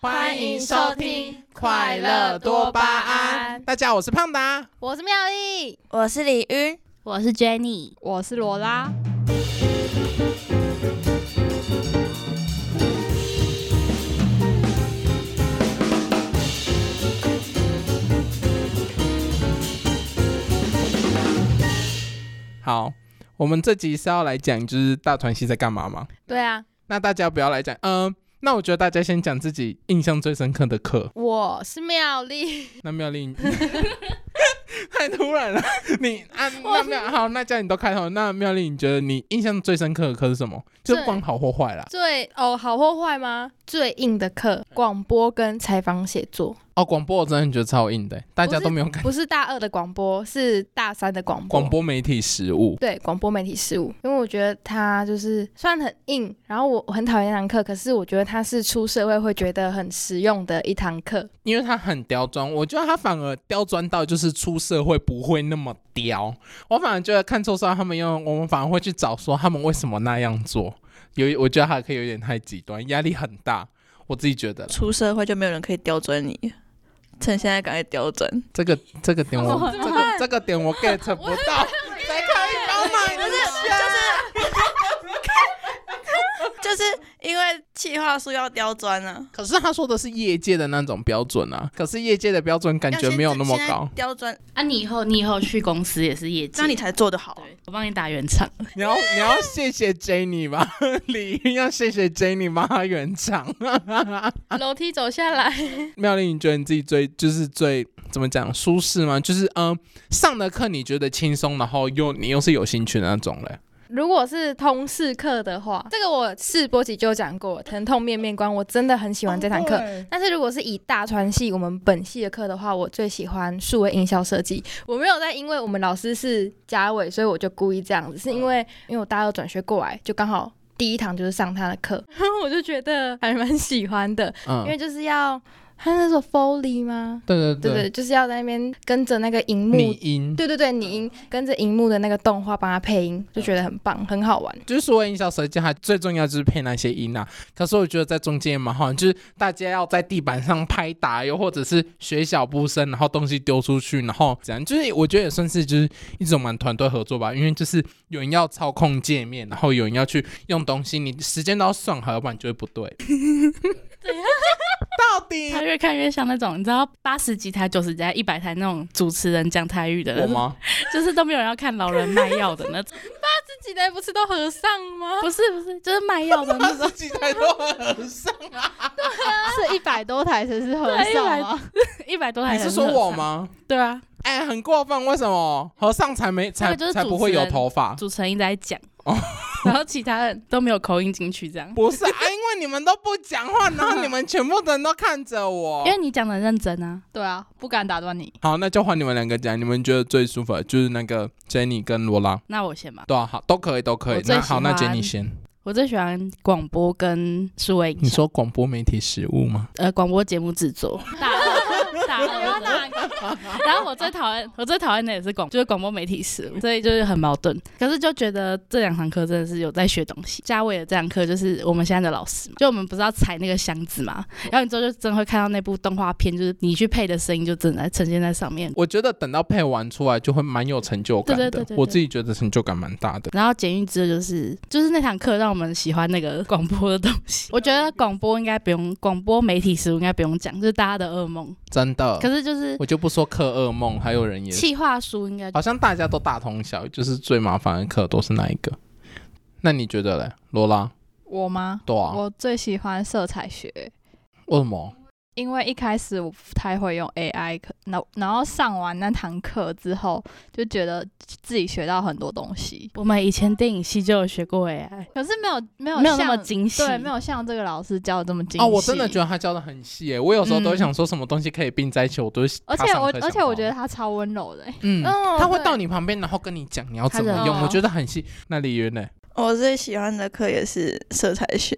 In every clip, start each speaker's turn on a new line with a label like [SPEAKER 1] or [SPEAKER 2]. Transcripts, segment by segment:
[SPEAKER 1] 欢迎收听《快乐多巴胺》。
[SPEAKER 2] 大家好，我是胖达。
[SPEAKER 1] 我是妙丽，
[SPEAKER 3] 我是李云，
[SPEAKER 4] 我是 Jenny，
[SPEAKER 1] 我是罗拉。
[SPEAKER 2] 好，我们这集是要来讲就是大团系在干嘛吗？
[SPEAKER 1] 对啊，
[SPEAKER 2] 那大家不要来讲，嗯，那我觉得大家先讲自己印象最深刻的课。
[SPEAKER 1] 我是妙丽，
[SPEAKER 2] 那妙 丽，你太突然了，你啊，那妙好，那叫你都开头。那妙丽，你觉得你印象最深刻的课是什么？就
[SPEAKER 1] 最
[SPEAKER 2] 不光好或坏啦。
[SPEAKER 1] 最哦好或坏吗？最硬的课，广播跟采访写作，
[SPEAKER 2] 哦，广播我真的觉得超硬的，大家都没有感。
[SPEAKER 1] 不是大二的广播，是大三的广播。
[SPEAKER 2] 广播媒体实务，
[SPEAKER 1] 对广播媒体事务，因为我觉得它就是虽然很硬，然后我我很讨厌那堂课，可是我觉得它是出社会会觉得很实用的一堂课。
[SPEAKER 2] 因为它很刁钻，我觉得它反而刁钻到就是出社会不会那么刁。我反而觉得看错烧他们用，我们反而会去找说他们为什么那样做。有，我觉得还可以有点太极端，压力很大。我自己觉得啦
[SPEAKER 3] 出社会就没有人可以刁钻你，趁现在赶快刁钻。
[SPEAKER 2] 这个这个点我这个这个点我 get 不到，谁可以帮忙一下？
[SPEAKER 3] 就是因为企划书要刁钻啊，
[SPEAKER 2] 可是他说的是业界的那种标准啊，可是业界的标准感觉没有那么
[SPEAKER 3] 要先
[SPEAKER 2] 高
[SPEAKER 3] 现在。刁钻，
[SPEAKER 4] 啊，你以后你以后去公司也是业绩
[SPEAKER 3] 这，样你才做得好啊。
[SPEAKER 4] 对我帮你打圆场。
[SPEAKER 2] 你要你要谢谢 Jenny 吧， 李云要谢谢 Jenny 帮他圆场。
[SPEAKER 1] 楼梯走下来，
[SPEAKER 2] 妙丽，你觉得你自己最就是最怎么讲舒适吗？就是嗯，上的课你觉得轻松，然后又你又是有兴趣的那种嘞。
[SPEAKER 1] 如果是通识课的话，这个我试播集就讲过，疼痛面面观，我真的很喜欢这堂课。但是如果是以大传系我们本系的课的话，我最喜欢数位营销设计。我没有在因为我们老师是嘉伟，所以我就故意这样子，是因为因为我大二转学过来，就刚好第一堂就是上他的 课，然后我就觉得还蛮喜欢的，因为
[SPEAKER 2] 嗯，
[SPEAKER 1] 就是要他那首 Foley 吗？
[SPEAKER 2] 对对
[SPEAKER 1] 对对，就是要在那边跟着那个荧幕
[SPEAKER 2] 拟音。
[SPEAKER 1] 对对对，你音跟着荧幕的那个动画帮他配音，就觉得很棒，很好玩。
[SPEAKER 2] 就是所谓营销设计，它最重要就是配那些音啊。可是我觉得在中间也蛮好玩，就是大家要在地板上拍打，又或者是学小步声，然后东西丢出去，然后这样，就是我觉得也算是就是一种蛮团队合作吧。因为就是有人要操控界面，然后有人要去用东西，你时间都要算好，要不然就会不对。到底
[SPEAKER 4] 他越看越像那种，你知道八十几台、九十几台、一百台那种主持人讲台语的
[SPEAKER 2] 我
[SPEAKER 4] 那种，
[SPEAKER 2] 吗？
[SPEAKER 4] 就是都没有人要看老人卖药的那种，
[SPEAKER 1] 自己的不是都和尚 吗？
[SPEAKER 4] 不是不是，就是卖药的 那
[SPEAKER 2] 自，
[SPEAKER 4] 种
[SPEAKER 2] 己在都很上啊！
[SPEAKER 5] 是一百多台才是和
[SPEAKER 1] 啊
[SPEAKER 5] 尚吗？
[SPEAKER 4] 一百多台。
[SPEAKER 2] 你是说我？吗？
[SPEAKER 4] 对啊，
[SPEAKER 2] 哎、很过分！为什么和尚才没才
[SPEAKER 4] 那个就是
[SPEAKER 2] 才不会
[SPEAKER 4] 主持
[SPEAKER 2] 有
[SPEAKER 4] 人
[SPEAKER 2] 头发？
[SPEAKER 4] 主持人一直在讲
[SPEAKER 2] 哦，
[SPEAKER 4] 然后其他人都没有口音进去，这样，
[SPEAKER 2] 不是啊，因为你们都不讲话，然后你们全部的人都看着我
[SPEAKER 4] 因。为你讲的认真啊。
[SPEAKER 5] 对啊，不敢打断你。
[SPEAKER 2] 好，那就换你们两个讲，你们觉得最舒服的就是那个 Jenny 跟罗拉。
[SPEAKER 4] 那我先吧，
[SPEAKER 2] 对啊，好，都可以，都可以
[SPEAKER 4] 我。最
[SPEAKER 2] 那
[SPEAKER 4] 喜
[SPEAKER 2] 好，那
[SPEAKER 4] 欢
[SPEAKER 2] Jenny 先。
[SPEAKER 4] 我最喜欢广播跟数位影
[SPEAKER 2] 你
[SPEAKER 4] 像，
[SPEAKER 2] 说广播媒体实务吗？
[SPEAKER 4] 呃，广播节目制作，大二大二的。 然后我最讨厌，我最讨厌的也是广，就是广播媒体史，所以就是很矛盾。可是就觉得这两堂课真的是有在学东西。嘉伟的这堂课就是我们现在的老师嘛，就我们不是要踩那个箱子嘛，然后你之后就真的会看到那部动画片，就是你去配的声音就真的在呈现在上面。
[SPEAKER 2] 我觉得等到配完出来就会蛮有成就感的，
[SPEAKER 4] 对对对对对
[SPEAKER 2] 我自己觉得成就感蛮大的。
[SPEAKER 4] 然后简玉之就是就是那堂课让我们喜欢那个广播的东西。我觉得广播应该不用，广播媒体史应该不用讲，就是大家的噩梦。
[SPEAKER 2] 真的
[SPEAKER 4] 可，是就是
[SPEAKER 2] 哦我就不说课噩梦，还有人也
[SPEAKER 4] 企划书应该
[SPEAKER 2] 好像大家都大同小异，就是最麻烦的课都是哪一个？那你觉得嘞，罗拉？
[SPEAKER 5] 我吗？
[SPEAKER 2] 对啊，
[SPEAKER 5] 我最喜欢色彩学，
[SPEAKER 2] 为什么？
[SPEAKER 5] 因为一开始我不太会用 AI，可然后然后上完那堂课之后，就觉得自己学到很多东西，
[SPEAKER 4] 我们以前电影系就有学过 AI，
[SPEAKER 5] 可是没有没有
[SPEAKER 4] 没有那么
[SPEAKER 5] 像
[SPEAKER 4] 精细，
[SPEAKER 5] 对，没有像这个老师教的这么精细。
[SPEAKER 2] 哦，我真的觉得他教的很细诶，我有时候都会想说什么东西可以并在一起，我都会
[SPEAKER 5] 而且
[SPEAKER 2] 他上
[SPEAKER 5] 我
[SPEAKER 2] 课想到
[SPEAKER 5] 而且我觉得，他超温柔的、欸
[SPEAKER 2] 嗯，
[SPEAKER 1] 哦
[SPEAKER 2] 他会
[SPEAKER 1] 对
[SPEAKER 2] 到你旁边，然后跟你讲你要怎
[SPEAKER 4] 他
[SPEAKER 2] 么
[SPEAKER 5] 人
[SPEAKER 2] 用，
[SPEAKER 5] 哦
[SPEAKER 2] 我觉得很细。那李云呢？
[SPEAKER 3] 我最喜欢的课也是色彩学，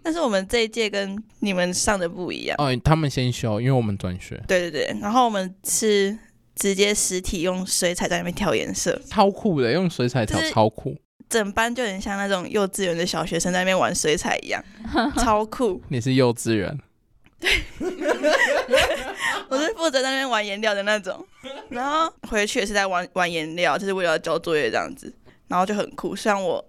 [SPEAKER 3] 但是我们这一届跟你们上的不一样。
[SPEAKER 2] 哦，他们先修，因为我们转学，
[SPEAKER 3] 对对对，然后我们是直接实体用水彩在那边调颜色，
[SPEAKER 2] 超酷的，用水彩调
[SPEAKER 3] 就是
[SPEAKER 2] 超酷。
[SPEAKER 3] 整班就很像 那种幼稚园的小学生在那边玩水彩一样，超酷。
[SPEAKER 2] 你是幼稚园，
[SPEAKER 3] 我是负责在那边玩颜料的那种，然后回去也是在玩玩颜料，就是为了交作业这样子，然后就很酷。虽然我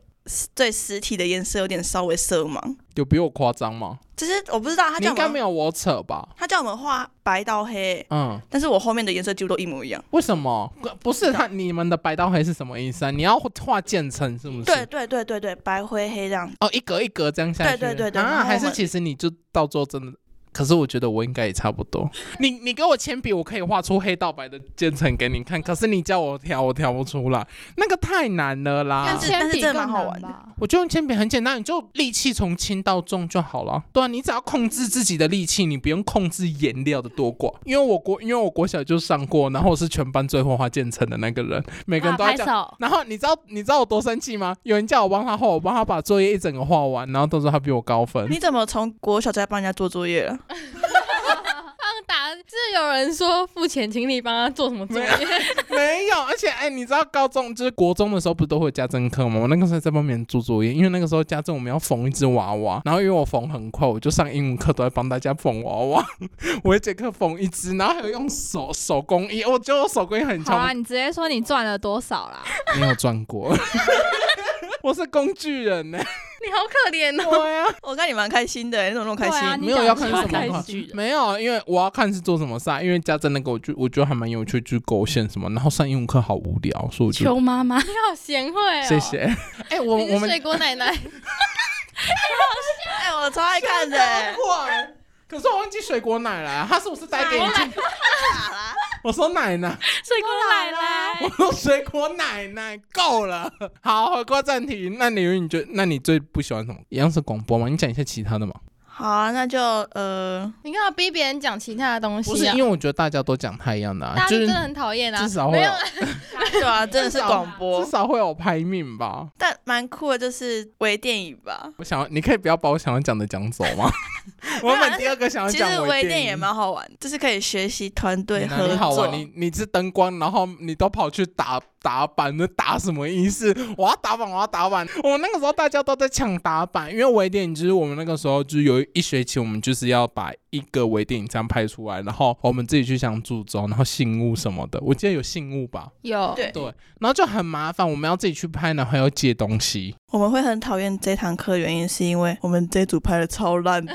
[SPEAKER 3] 对实体的颜色有点稍微色盲，
[SPEAKER 2] 有比我夸张吗？
[SPEAKER 3] 就是我不知道他
[SPEAKER 2] 你
[SPEAKER 3] 叫
[SPEAKER 2] 应
[SPEAKER 3] 我
[SPEAKER 2] 该没
[SPEAKER 3] 们，
[SPEAKER 2] 有我扯吧？
[SPEAKER 3] 他叫我们画白到黑，
[SPEAKER 2] 嗯，
[SPEAKER 3] 但是我后面的颜色几乎都一模一样。
[SPEAKER 2] 为什么？不是他你们的白到黑是什么意思啊？你要画渐层是不是？
[SPEAKER 3] 对对对对对，白灰黑这样。
[SPEAKER 2] 哦，一格一格这样下去。
[SPEAKER 3] 对对对对然
[SPEAKER 2] 啊，
[SPEAKER 3] 后
[SPEAKER 2] 还是
[SPEAKER 3] 我们
[SPEAKER 2] 其实你就到做真的。可是我觉得我应该也差不多。你你给我铅笔，我可以画出黑到白的渐层给你看。可是你叫我调，我调不出来，那个太难了啦
[SPEAKER 3] 但。是
[SPEAKER 5] 铅
[SPEAKER 3] 但是
[SPEAKER 5] 笔
[SPEAKER 3] 真
[SPEAKER 5] 更
[SPEAKER 3] 的蛮好
[SPEAKER 5] 难
[SPEAKER 3] 玩的
[SPEAKER 5] 吧？
[SPEAKER 2] 我就用铅笔很简单，你就力气从轻到重就好了。对啊，你只要控制自己的力气，你不用控制颜料的多寡。因为我国因为我国小就上过，然后我是全班最会画渐层的那个人，每个人
[SPEAKER 4] 啊
[SPEAKER 2] 都要
[SPEAKER 4] 拍
[SPEAKER 2] 讲。
[SPEAKER 4] 手，
[SPEAKER 2] 然后你知道你知道我多生气吗？有人叫我帮他画，我帮他把作业一整个画完，然后都说他比我高分。
[SPEAKER 3] 你怎么从国小就在帮人家做作业了？
[SPEAKER 1] 帮打，是有人说付钱请你帮他做什么作业？
[SPEAKER 2] 没有，而且哎、你知道高中就是国中的时候不是都会有家政课吗？我那个时候在帮别人做作业，因为那个时候家政我们要缝一只娃娃，然后因为我缝很快，我就上英文课都在帮大家缝娃娃， 我一节课缝一只，然后还有用手手工艺，我觉得我手工艺很
[SPEAKER 5] 好啊，
[SPEAKER 2] 强，
[SPEAKER 5] 你直接说你赚了多少啦？
[SPEAKER 2] 没有赚过。 我是工具人呢、
[SPEAKER 1] 你好可怜哦。
[SPEAKER 2] 对呀、
[SPEAKER 3] 我看你蛮开心的，你怎么那么开
[SPEAKER 5] 对啊
[SPEAKER 3] 心？
[SPEAKER 5] 你
[SPEAKER 2] 没有
[SPEAKER 5] 讲
[SPEAKER 2] 要
[SPEAKER 5] 出
[SPEAKER 2] 看什
[SPEAKER 5] 来
[SPEAKER 2] 么话
[SPEAKER 4] 看剧的
[SPEAKER 2] 没有，啊因为我要看是做什么事，因为家政那个我就我觉得还蛮有趣，就是勾线什么，然后上英文课好无聊， 所以我就
[SPEAKER 4] 邱妈妈，
[SPEAKER 1] 你好贤惠哦，
[SPEAKER 2] 谢。谢。 哎、我
[SPEAKER 1] 你
[SPEAKER 2] 我
[SPEAKER 1] 是
[SPEAKER 2] 们
[SPEAKER 1] 水果奶奶，
[SPEAKER 3] 哎，我超爱看的。欸
[SPEAKER 2] 啊快！哎可是我忘记水果奶奶、啊，她是不是带给你进？我说奶奶，
[SPEAKER 4] 水果奶 奶，
[SPEAKER 2] 我说水果奶奶够了。好，回过正题，那你你觉那你最不喜欢什么？一样是广播吗？你讲一下其他的嘛。
[SPEAKER 3] 好啊，那就呃，
[SPEAKER 1] 你干嘛逼别人讲其他的东
[SPEAKER 2] 不是
[SPEAKER 1] 西啊
[SPEAKER 2] 因？为我觉得大家都讲太一样的、啊
[SPEAKER 1] 大，家
[SPEAKER 2] 就是
[SPEAKER 1] 真的很讨厌啊
[SPEAKER 2] 至少！会
[SPEAKER 1] 没
[SPEAKER 2] 有
[SPEAKER 1] 有啊，
[SPEAKER 3] 对啊，真的是广播
[SPEAKER 2] 至，少会有排名吧。
[SPEAKER 3] 但蛮酷的，就是微电影吧。
[SPEAKER 2] 我想要，你可以不要把我想要讲的讲走 吗？我本第二个想要
[SPEAKER 3] 啊其
[SPEAKER 2] 讲
[SPEAKER 3] 实微
[SPEAKER 2] 微
[SPEAKER 3] 电影也
[SPEAKER 2] 影。
[SPEAKER 3] 蛮好玩，就是可以学习团队
[SPEAKER 2] 哪
[SPEAKER 3] 合
[SPEAKER 2] 里好
[SPEAKER 3] 作。
[SPEAKER 2] 玩？你你是灯光，然后你都跑去打打板，那打什么意思？我要打板，我要打板。我那个时候大家都在抢打板，因为微电影就是我们那个时候就是有一学期，我们就是要把一个微电影这样拍出来，然后我们自己去想注重，然后信物什么的，我记得有信物吧，
[SPEAKER 1] 有
[SPEAKER 3] 对
[SPEAKER 2] 对，然后就很麻烦，我们要自己去拍，然后还要借东西。
[SPEAKER 3] 我们会很讨厌这堂课，原因是因为我们这组拍的超烂 的。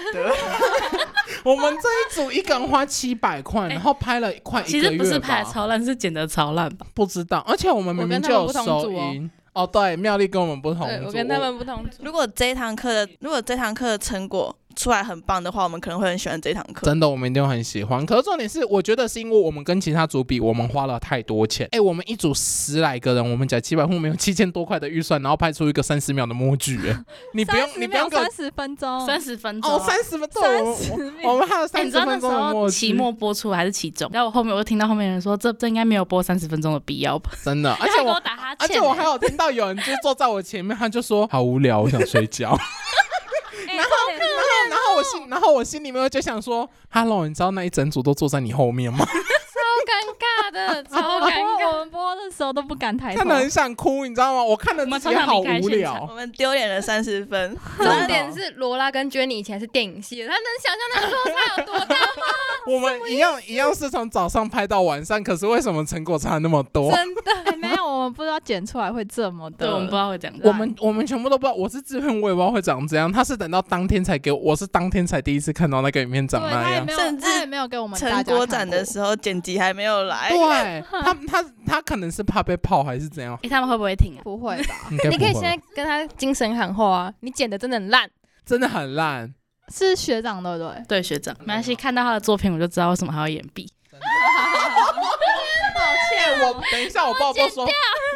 [SPEAKER 2] 我们这一组一个人花七百块，然后拍了快一
[SPEAKER 4] 其
[SPEAKER 2] 个
[SPEAKER 4] 实
[SPEAKER 2] 月吧。
[SPEAKER 4] 不是拍得超烂，是剪得超烂吧？
[SPEAKER 2] 不知道，而且我们明明就有收
[SPEAKER 1] 我跟他们
[SPEAKER 2] 音。哦，对，妙丽跟我们不同
[SPEAKER 1] 对，
[SPEAKER 2] 组
[SPEAKER 1] 我跟他们不同组。
[SPEAKER 3] 如果这堂课的如果这堂课的成果出来很棒的话，我们可能会很喜欢这堂课。
[SPEAKER 2] 真的，我们一定会很喜欢。可是重点是，我觉得是因为我们跟其他组比，我们花了太多钱。哎，我们一组十来个人，我们讲七百户，没有七千多块的预算，然后拍出一个三十秒的默剧。哎你不用，
[SPEAKER 5] 30
[SPEAKER 2] 你不
[SPEAKER 5] 秒
[SPEAKER 2] 用给我
[SPEAKER 5] 三十分钟，
[SPEAKER 4] 三十分钟啊
[SPEAKER 2] 哦，三十分钟，我
[SPEAKER 5] 十
[SPEAKER 2] 我我哦们还有
[SPEAKER 4] 哎
[SPEAKER 2] 三
[SPEAKER 4] 你
[SPEAKER 2] 十
[SPEAKER 4] 知道那
[SPEAKER 2] 分
[SPEAKER 4] 时
[SPEAKER 2] 钟的
[SPEAKER 4] 候
[SPEAKER 2] 默
[SPEAKER 4] 期
[SPEAKER 2] 剧，
[SPEAKER 4] 末播出还是期中？然后我后面我就听到后面有人说，这这应该没有播三十分钟的必要吧？
[SPEAKER 2] 真的， 而
[SPEAKER 4] 他
[SPEAKER 2] 且
[SPEAKER 4] 还给
[SPEAKER 2] 我
[SPEAKER 4] 我打哈欠欸，
[SPEAKER 2] 而且我还有听到有人就坐在我前面，他就说好无聊，我想睡觉。
[SPEAKER 5] 然后
[SPEAKER 2] 然后，然后我心，然后我心里面就想说，Hello，你知道那一整组都坐在你后面吗？
[SPEAKER 1] 超尴尬的，超尴尬。
[SPEAKER 5] 我们播的时候都不敢抬头
[SPEAKER 2] 看，得很想哭，你知道吗？我看得自己好
[SPEAKER 4] 我
[SPEAKER 2] 无
[SPEAKER 4] 们常常离开现
[SPEAKER 2] 聊
[SPEAKER 4] 场。
[SPEAKER 3] 我们丢脸了三十分，
[SPEAKER 1] 重点是罗拉跟娟妮以前是电影系的，她能想象那个落差有多大？
[SPEAKER 2] 我们一样一样是从早上拍到晚上，可是为什么成果差那么多？
[SPEAKER 1] 真的，
[SPEAKER 5] 哎没有，我们不知道剪出来会这么的。
[SPEAKER 4] 对，我们不知道会讲。
[SPEAKER 2] 我们我们全部都不知道，我是自愿，我也不知道会长这样。他是等到当天才给我，我是当天才第一次看到那个影片长
[SPEAKER 5] 对，
[SPEAKER 2] 那
[SPEAKER 5] 他也
[SPEAKER 2] 样。
[SPEAKER 5] 没有，
[SPEAKER 3] 甚至
[SPEAKER 5] 他也没有给我们大
[SPEAKER 3] 成
[SPEAKER 5] 家
[SPEAKER 3] 果
[SPEAKER 5] 看
[SPEAKER 3] 展的
[SPEAKER 5] 过
[SPEAKER 3] 时候剪辑还没有来。
[SPEAKER 2] 对啊他他他可能是怕被泡还是怎样？
[SPEAKER 4] 哎，他们会不会听啊？
[SPEAKER 5] 不会吧？
[SPEAKER 2] 应该
[SPEAKER 1] 你
[SPEAKER 2] 不
[SPEAKER 1] 可以
[SPEAKER 2] 会
[SPEAKER 1] 现在
[SPEAKER 2] 吧，
[SPEAKER 1] 跟她精神喊话啊！你剪的真的很烂，
[SPEAKER 2] 真的很烂。
[SPEAKER 5] 是学长对不对？
[SPEAKER 4] 对，学长，没关系，看到他的作品我就知道为什么他要演 B。
[SPEAKER 2] 哎，我等一下，我抱抱说，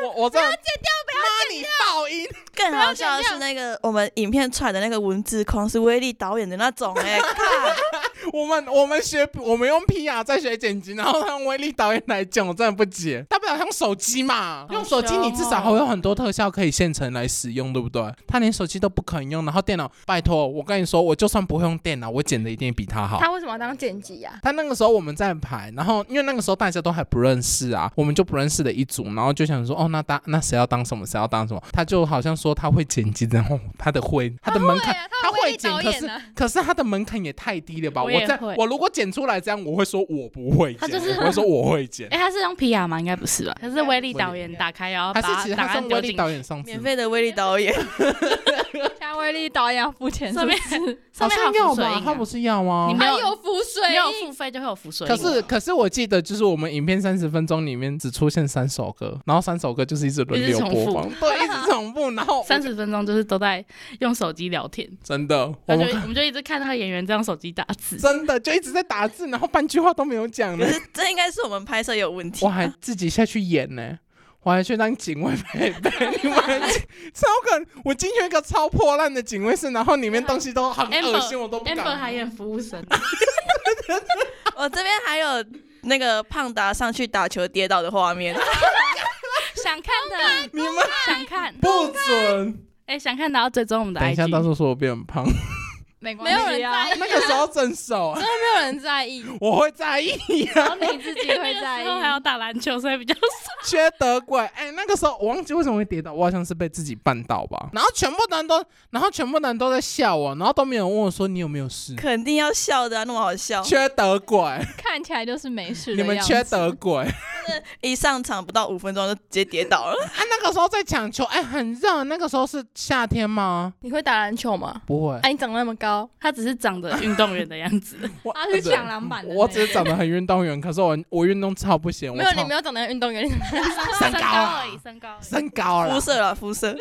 [SPEAKER 2] 我我这样剪掉，不要你爆音。
[SPEAKER 3] 更好笑的是那个我们影片出来的那个文字框是威力导演的那种 哎、看
[SPEAKER 2] 我们我们学我们用 PR 在学剪辑，然后他用威力导演来讲，我真的不解。大不了他用手机嘛，
[SPEAKER 4] 好
[SPEAKER 2] 用手机
[SPEAKER 4] 凶
[SPEAKER 2] 你至少还会有很多特效可以现成来使用，对不对？他连手机都不肯用，然后电脑，拜托我跟你说，我就算不会用电脑，我剪的一定比他好。
[SPEAKER 1] 她为什么要当剪辑啊呀？
[SPEAKER 2] 他那个时候我们在排，然后因为那个时候大家都还不认识啊，我们就不认识的一组，然后就想说，哦，那当那谁要当什么，谁要当什么？他就好像说他会剪辑，然后他的会，他的门槛，
[SPEAKER 1] 啊，
[SPEAKER 2] 他
[SPEAKER 1] 她
[SPEAKER 2] 会
[SPEAKER 1] 会
[SPEAKER 2] 剪，
[SPEAKER 1] 导
[SPEAKER 2] 可是
[SPEAKER 1] 演啊！
[SPEAKER 2] 可是他的门槛也太低了吧？
[SPEAKER 4] 我
[SPEAKER 2] 我
[SPEAKER 4] 也
[SPEAKER 2] 这
[SPEAKER 4] 会
[SPEAKER 2] 样，我如果剪出来这样，我会说我不会
[SPEAKER 4] 他
[SPEAKER 2] 剪，
[SPEAKER 4] 就是
[SPEAKER 2] 我会说我会剪
[SPEAKER 4] 哎、。他是用皮亚吗？应该不是吧？
[SPEAKER 2] 哎
[SPEAKER 4] 他是威力导演打开，然后
[SPEAKER 2] 还是
[SPEAKER 4] 把
[SPEAKER 2] 其实
[SPEAKER 4] 档
[SPEAKER 2] 他
[SPEAKER 4] 案
[SPEAKER 2] 上
[SPEAKER 4] 丢
[SPEAKER 2] 威
[SPEAKER 4] 进
[SPEAKER 2] 力
[SPEAKER 4] 去，
[SPEAKER 2] 导演上次
[SPEAKER 3] 免费的威力导演，
[SPEAKER 5] 夏威利导演要付钱是
[SPEAKER 4] 上
[SPEAKER 5] 不
[SPEAKER 4] 面
[SPEAKER 5] 是，
[SPEAKER 2] 好
[SPEAKER 4] 上面
[SPEAKER 2] 像
[SPEAKER 4] 还有
[SPEAKER 2] 要
[SPEAKER 4] 浮水
[SPEAKER 2] 吧？
[SPEAKER 4] 印
[SPEAKER 2] 他
[SPEAKER 4] 啊
[SPEAKER 2] 不是要吗
[SPEAKER 4] 你？没
[SPEAKER 1] 还
[SPEAKER 4] 有
[SPEAKER 1] 有浮水
[SPEAKER 4] 没有
[SPEAKER 1] 印
[SPEAKER 4] 付，费就会有浮水印
[SPEAKER 2] 可
[SPEAKER 4] 啊。
[SPEAKER 2] 是可是我记得就是我们影片三十分钟里面只出现三首歌，然后三首歌就是一直轮流播放，对，一直重复，然后
[SPEAKER 4] 三十分钟就是都在用手机聊天，
[SPEAKER 2] 真的我
[SPEAKER 4] 然后
[SPEAKER 2] 们
[SPEAKER 4] 就我们就一直看那个演员在用手机打字。
[SPEAKER 2] 真的就一直在打字，然后半句话都没有讲 呢
[SPEAKER 3] 可。是这应该是我们拍摄有问题
[SPEAKER 2] 我。还自己下去演呢、我还去当警卫陪陪你们，超可！我进去一个超破烂的警卫室，然后里面东西都很恶心，我都不
[SPEAKER 4] amber
[SPEAKER 2] 敢。啊
[SPEAKER 4] 还演服务生，
[SPEAKER 3] 我这边还有那个胖达上去打球跌倒的画面，
[SPEAKER 4] 想看的啊
[SPEAKER 2] 你们
[SPEAKER 4] 想看，
[SPEAKER 2] 不准！
[SPEAKER 4] 哎、想看然后追踪我们的
[SPEAKER 2] 等一下，到时
[SPEAKER 4] IG。
[SPEAKER 2] 候说我变很胖，
[SPEAKER 5] 没
[SPEAKER 1] 没有
[SPEAKER 5] 关
[SPEAKER 1] 人
[SPEAKER 5] 系啊
[SPEAKER 1] 在，意，
[SPEAKER 2] 那个时候正手，啊
[SPEAKER 1] 没有人在意。
[SPEAKER 2] 我会在意啊。
[SPEAKER 5] 然后你自己会 在
[SPEAKER 4] 那个
[SPEAKER 5] 意
[SPEAKER 4] 时候。还要打篮球，所以比较
[SPEAKER 2] 缺德鬼！ 哎、那个时候我忘记为什么会跌倒，我好像是被自己绊到吧。然后全部的人都，然后全部的人都在笑我，然后都没有人问我说你有没有事。
[SPEAKER 3] 肯定要笑的啊，那么好笑。
[SPEAKER 2] 缺德鬼！
[SPEAKER 5] 看起来就是没事
[SPEAKER 2] 你
[SPEAKER 5] 的
[SPEAKER 2] 们
[SPEAKER 5] 样
[SPEAKER 2] 缺
[SPEAKER 5] 子
[SPEAKER 2] 德鬼！
[SPEAKER 3] 一上场不到五分钟就直接跌倒了，
[SPEAKER 2] 啊，那个时候在抢球，哎、很热。那个时候是夏天吗？
[SPEAKER 1] 你会打篮球吗？
[SPEAKER 2] 不会，
[SPEAKER 1] 哎、你长那么高，
[SPEAKER 4] 他只是长得运动员的样 子，
[SPEAKER 2] 我
[SPEAKER 5] 他是抢篮板的那个，
[SPEAKER 2] 我只是长得 很运动员，可是我我运动超不行，我
[SPEAKER 1] 没有
[SPEAKER 2] 超
[SPEAKER 1] 你没有长得像运动员，你
[SPEAKER 2] 身高啊
[SPEAKER 4] 而已，身高而已。
[SPEAKER 2] 身高了
[SPEAKER 3] 肤。色啦，肤色。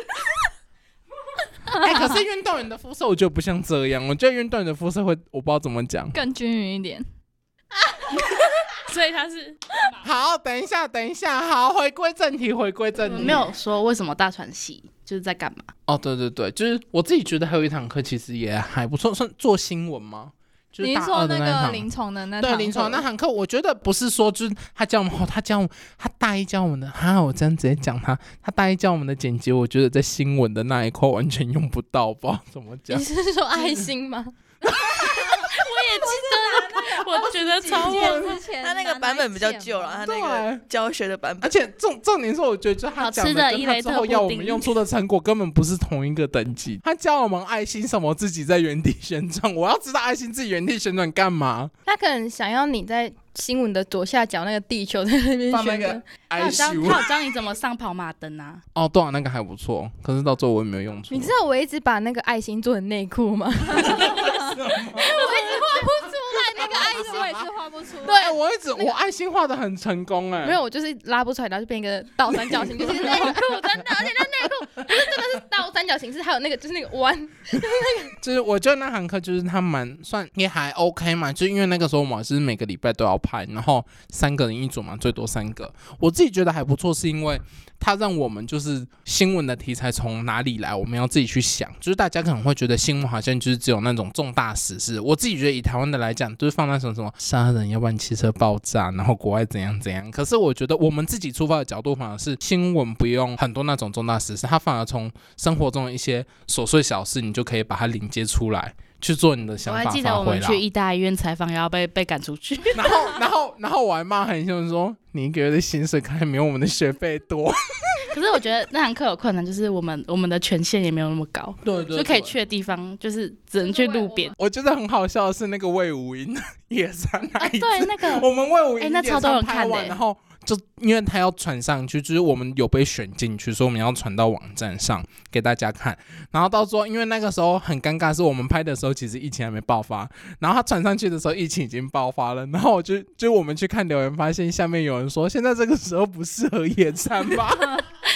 [SPEAKER 2] 哎、可是运动员的肤色我觉得不像这样，我觉得运动员的肤色会，我不知道怎么讲。
[SPEAKER 5] 更均匀一点。
[SPEAKER 4] 所以他是
[SPEAKER 2] 好，等一下，等一下，好，回归正题，回归正题。
[SPEAKER 4] 没有说为什么大传系就是在干嘛？
[SPEAKER 2] 哦，对对对，就是我自己觉得还有一堂课其实也还不错，算做新闻吗？就是
[SPEAKER 5] 你
[SPEAKER 2] 大
[SPEAKER 5] 是
[SPEAKER 2] 二
[SPEAKER 5] 说
[SPEAKER 2] 的
[SPEAKER 5] 那
[SPEAKER 2] 那一
[SPEAKER 5] 个
[SPEAKER 2] 堂
[SPEAKER 5] 临床的那
[SPEAKER 2] 对
[SPEAKER 5] 堂
[SPEAKER 2] 临床
[SPEAKER 5] 课
[SPEAKER 2] 那堂课，我觉得不是说就是他教我 们，哦、他教我们，他大一教我们的，哈、我这样直接讲他，他大一教我们的剪辑，我觉得在新闻的那一块完全用不到，不知道怎么讲
[SPEAKER 1] 你。是说爱心吗？
[SPEAKER 4] 我觉得超
[SPEAKER 5] 几
[SPEAKER 2] 啊
[SPEAKER 4] 我
[SPEAKER 5] 届之前
[SPEAKER 3] 他那
[SPEAKER 5] 拿
[SPEAKER 3] 个
[SPEAKER 5] 来
[SPEAKER 3] 版本比较
[SPEAKER 5] 剪
[SPEAKER 3] 旧了，
[SPEAKER 5] 吗
[SPEAKER 3] 他那个教学的版
[SPEAKER 2] 而
[SPEAKER 3] 本。
[SPEAKER 2] 且重重点是，我觉得就他
[SPEAKER 4] 好吃
[SPEAKER 2] 讲
[SPEAKER 4] 的
[SPEAKER 2] 跟
[SPEAKER 4] 伊
[SPEAKER 2] 他
[SPEAKER 4] 雷
[SPEAKER 2] 之
[SPEAKER 4] 特
[SPEAKER 2] 后
[SPEAKER 4] 布
[SPEAKER 2] 要我们
[SPEAKER 4] 丁
[SPEAKER 2] 用出的成果根本不是同一个等级。他教我们爱心什么自己在原地旋转，我要知道爱心自己原地旋转干 嘛？
[SPEAKER 1] 他可能想要你在新闻的左下角那个地球在那边
[SPEAKER 2] 放那
[SPEAKER 1] 旋
[SPEAKER 2] 个
[SPEAKER 1] 转。
[SPEAKER 4] 他
[SPEAKER 2] 爱
[SPEAKER 4] 有
[SPEAKER 2] 心
[SPEAKER 4] 教他有教你怎么上跑马灯啊？
[SPEAKER 2] 哦，对啊，那个还不错，可是到最后我也没有用出。
[SPEAKER 1] 你知道我一直把那个爱心做成内裤吗？
[SPEAKER 5] 那个爱心我也是画不出来。
[SPEAKER 2] 对，哎我一直我爱心画的很成功哎、
[SPEAKER 1] 没有，我就是拉不出来，然后就变一个倒三角形，就是内裤，真的，而且那内裤不是真的是倒三角形，是还有那个就是那个弯，
[SPEAKER 2] 就是我觉得那堂课就是他蛮算也还 OK 嘛，就因为那个时候我们是每个礼拜都要拍，然后三个人一组嘛，最多三个。我自己觉得还不错，是因为它让我们就是新闻的题材从哪里来，我们要自己去想。就是大家可能会觉得新闻好像就是只有那种重大时事，我自己觉得以台湾的来讲，就是放那种什么杀人，要不然汽车爆炸，然后国外怎样怎样。可是我觉得我们自己出发的角度反而是新闻不用很多那种重大时事，它反而从生活中的一些琐碎小事，你就可以把它领接出来，去做你的
[SPEAKER 4] 我
[SPEAKER 2] 想
[SPEAKER 4] 还
[SPEAKER 2] 法
[SPEAKER 4] 记得
[SPEAKER 2] 发
[SPEAKER 4] 我
[SPEAKER 2] 挥
[SPEAKER 4] 们
[SPEAKER 2] 啦。
[SPEAKER 4] 去义大医院采访，然后被被赶出 去。
[SPEAKER 2] 然后，然后，然后我还骂很凶说：“你一个月的薪水可能没有我们的学费多。
[SPEAKER 4] 可是我觉得那堂课有困难，就是我们我们的权限也没有那么高，”
[SPEAKER 2] 对
[SPEAKER 4] 就可以。去的地方就是只能去路边。
[SPEAKER 2] 我觉得很好笑的是那个魏无云也在那
[SPEAKER 4] 啊，
[SPEAKER 2] 一次，
[SPEAKER 4] 对，那个
[SPEAKER 2] 我们魏无
[SPEAKER 4] 哎
[SPEAKER 2] 云
[SPEAKER 4] 那超多人看的
[SPEAKER 2] 的、
[SPEAKER 4] 哎
[SPEAKER 2] 然后就因为他要传上去，就是我们有被选进去，所以我们要传到网站上给大家看。然后到时候，因为那个时候很尴尬，是我们拍的时候其实疫情还没爆发，然后他传上去的时候疫情已经爆发了。然后我就就我们去看留言，发现下面有人说现在这个时候不适合野餐吧，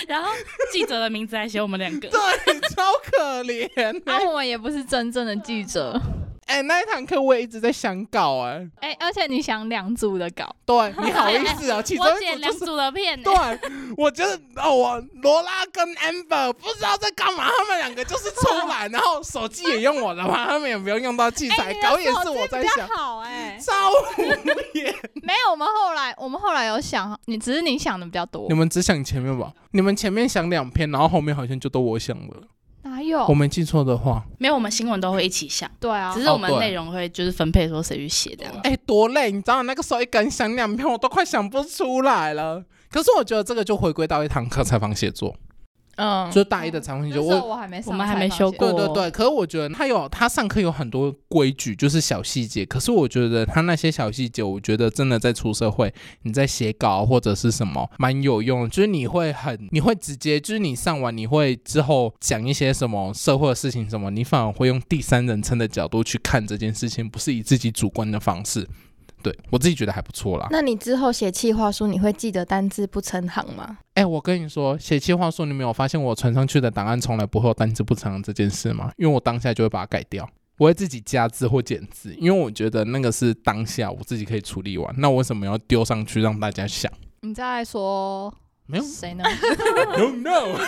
[SPEAKER 4] 然后记者的名字还写我们两 个，
[SPEAKER 2] 对，超可怜、
[SPEAKER 5] 啊，我们也不是真正的记者，
[SPEAKER 2] 哎、那一堂课我也一直在想稿哎、
[SPEAKER 5] 哎，而且你想两组的稿，
[SPEAKER 2] 对你好意思啊，其中
[SPEAKER 4] 我
[SPEAKER 2] 一
[SPEAKER 4] 剪
[SPEAKER 2] 组就
[SPEAKER 4] 两
[SPEAKER 2] 是。
[SPEAKER 4] 组的片呢、
[SPEAKER 2] 对，我觉得哦，我罗拉跟 Amber 不知道在干嘛，他们两个就是出来，然后手机也用我的嘛，他们也不用用到器
[SPEAKER 5] 哎
[SPEAKER 4] 哎
[SPEAKER 2] 材，稿也是我在想
[SPEAKER 5] 比较，好 哎，
[SPEAKER 2] 超无言。
[SPEAKER 5] 没有，我们后来我们后来有想，你只是你想的比较多
[SPEAKER 2] 你，们只想前面吧，你们前面想两篇，然后后面好像就都我想了，
[SPEAKER 5] 哪
[SPEAKER 4] 哦
[SPEAKER 5] 有
[SPEAKER 2] 我？没记错的话。
[SPEAKER 4] 没有我们新闻都会一起想，
[SPEAKER 5] 对啊
[SPEAKER 4] 只，是我们
[SPEAKER 2] 哦对
[SPEAKER 4] 内容会就是分配说谁去写这样。
[SPEAKER 2] 哎、多累！你知道那个时候一个人想两篇，我都快想不出来了。可是我觉得这个就回归到一堂课采访写作，
[SPEAKER 1] 嗯，
[SPEAKER 2] 就大一的常会
[SPEAKER 5] 那
[SPEAKER 2] 修，
[SPEAKER 5] 时候
[SPEAKER 2] 我
[SPEAKER 5] 我还没上，
[SPEAKER 4] 我们还没修过
[SPEAKER 2] 对对对，可是我觉得他有他上课有很多规矩，就是小细节。可是我觉得他那些小细节，我觉得真的在出社会，你在写稿或者是什么，蛮有用的。就是你会很，你会直接，就是你上完，你会之后讲一些什么社会的事情什么，你反而会用第三人称的角度去看这件事情，不是以自己主观的方式。对我自己觉得还不错啦。
[SPEAKER 1] 那你之后写企划书，你会记得单字不成行吗？
[SPEAKER 2] 哎、我跟你说，写计划书，你没有发现我传上去的档案从来不会有单字不成行这件事吗？因为我当下就会把它改掉，我会自己加字或减字，因为我觉得那个是当下我自己可以处理完，那我为什么要丢上去让大家想
[SPEAKER 5] 你在说
[SPEAKER 2] 没有
[SPEAKER 5] 谁呢？
[SPEAKER 2] ？No No，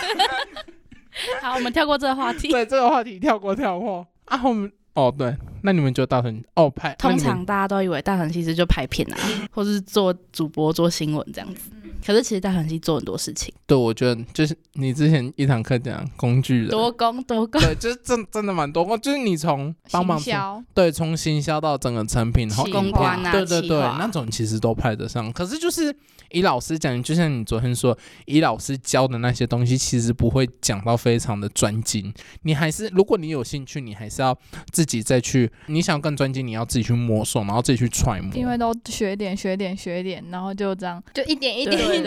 [SPEAKER 4] 好，我们跳过这个话题。
[SPEAKER 2] 对这个话题跳过跳过啊，我们哦对，那你们就到成哦拍，那
[SPEAKER 4] 通
[SPEAKER 2] 你们
[SPEAKER 4] 常大家都以为大城西是就拍片啊，
[SPEAKER 2] 嗯
[SPEAKER 4] 或是做主播、做新闻这样子。可是其实大城西做很多事情，
[SPEAKER 2] 对我觉得就是你之前一堂课讲工具人，
[SPEAKER 4] 多工多工。
[SPEAKER 2] 对，就是真真的蛮多，就是你从帮忙
[SPEAKER 5] 行销
[SPEAKER 2] 对，从行销到整个成品，然后
[SPEAKER 4] 企
[SPEAKER 2] 影
[SPEAKER 4] 划
[SPEAKER 2] 片，
[SPEAKER 4] 啊
[SPEAKER 2] 对对
[SPEAKER 4] 企
[SPEAKER 2] 对，
[SPEAKER 4] 划
[SPEAKER 2] 那种其实都派得上。可是就是以老师讲，就像你昨天说，以老师教的那些东西，其实不会讲到非常的专精。你还是，如果你有兴趣，你还是要自己再去。你想更专精，你要自己去摸索，然后自己去揣摩。
[SPEAKER 5] 因为都学一点学一点学一点，然后就这样。
[SPEAKER 1] 就一点一
[SPEAKER 4] 对
[SPEAKER 1] 点
[SPEAKER 4] 对
[SPEAKER 1] 一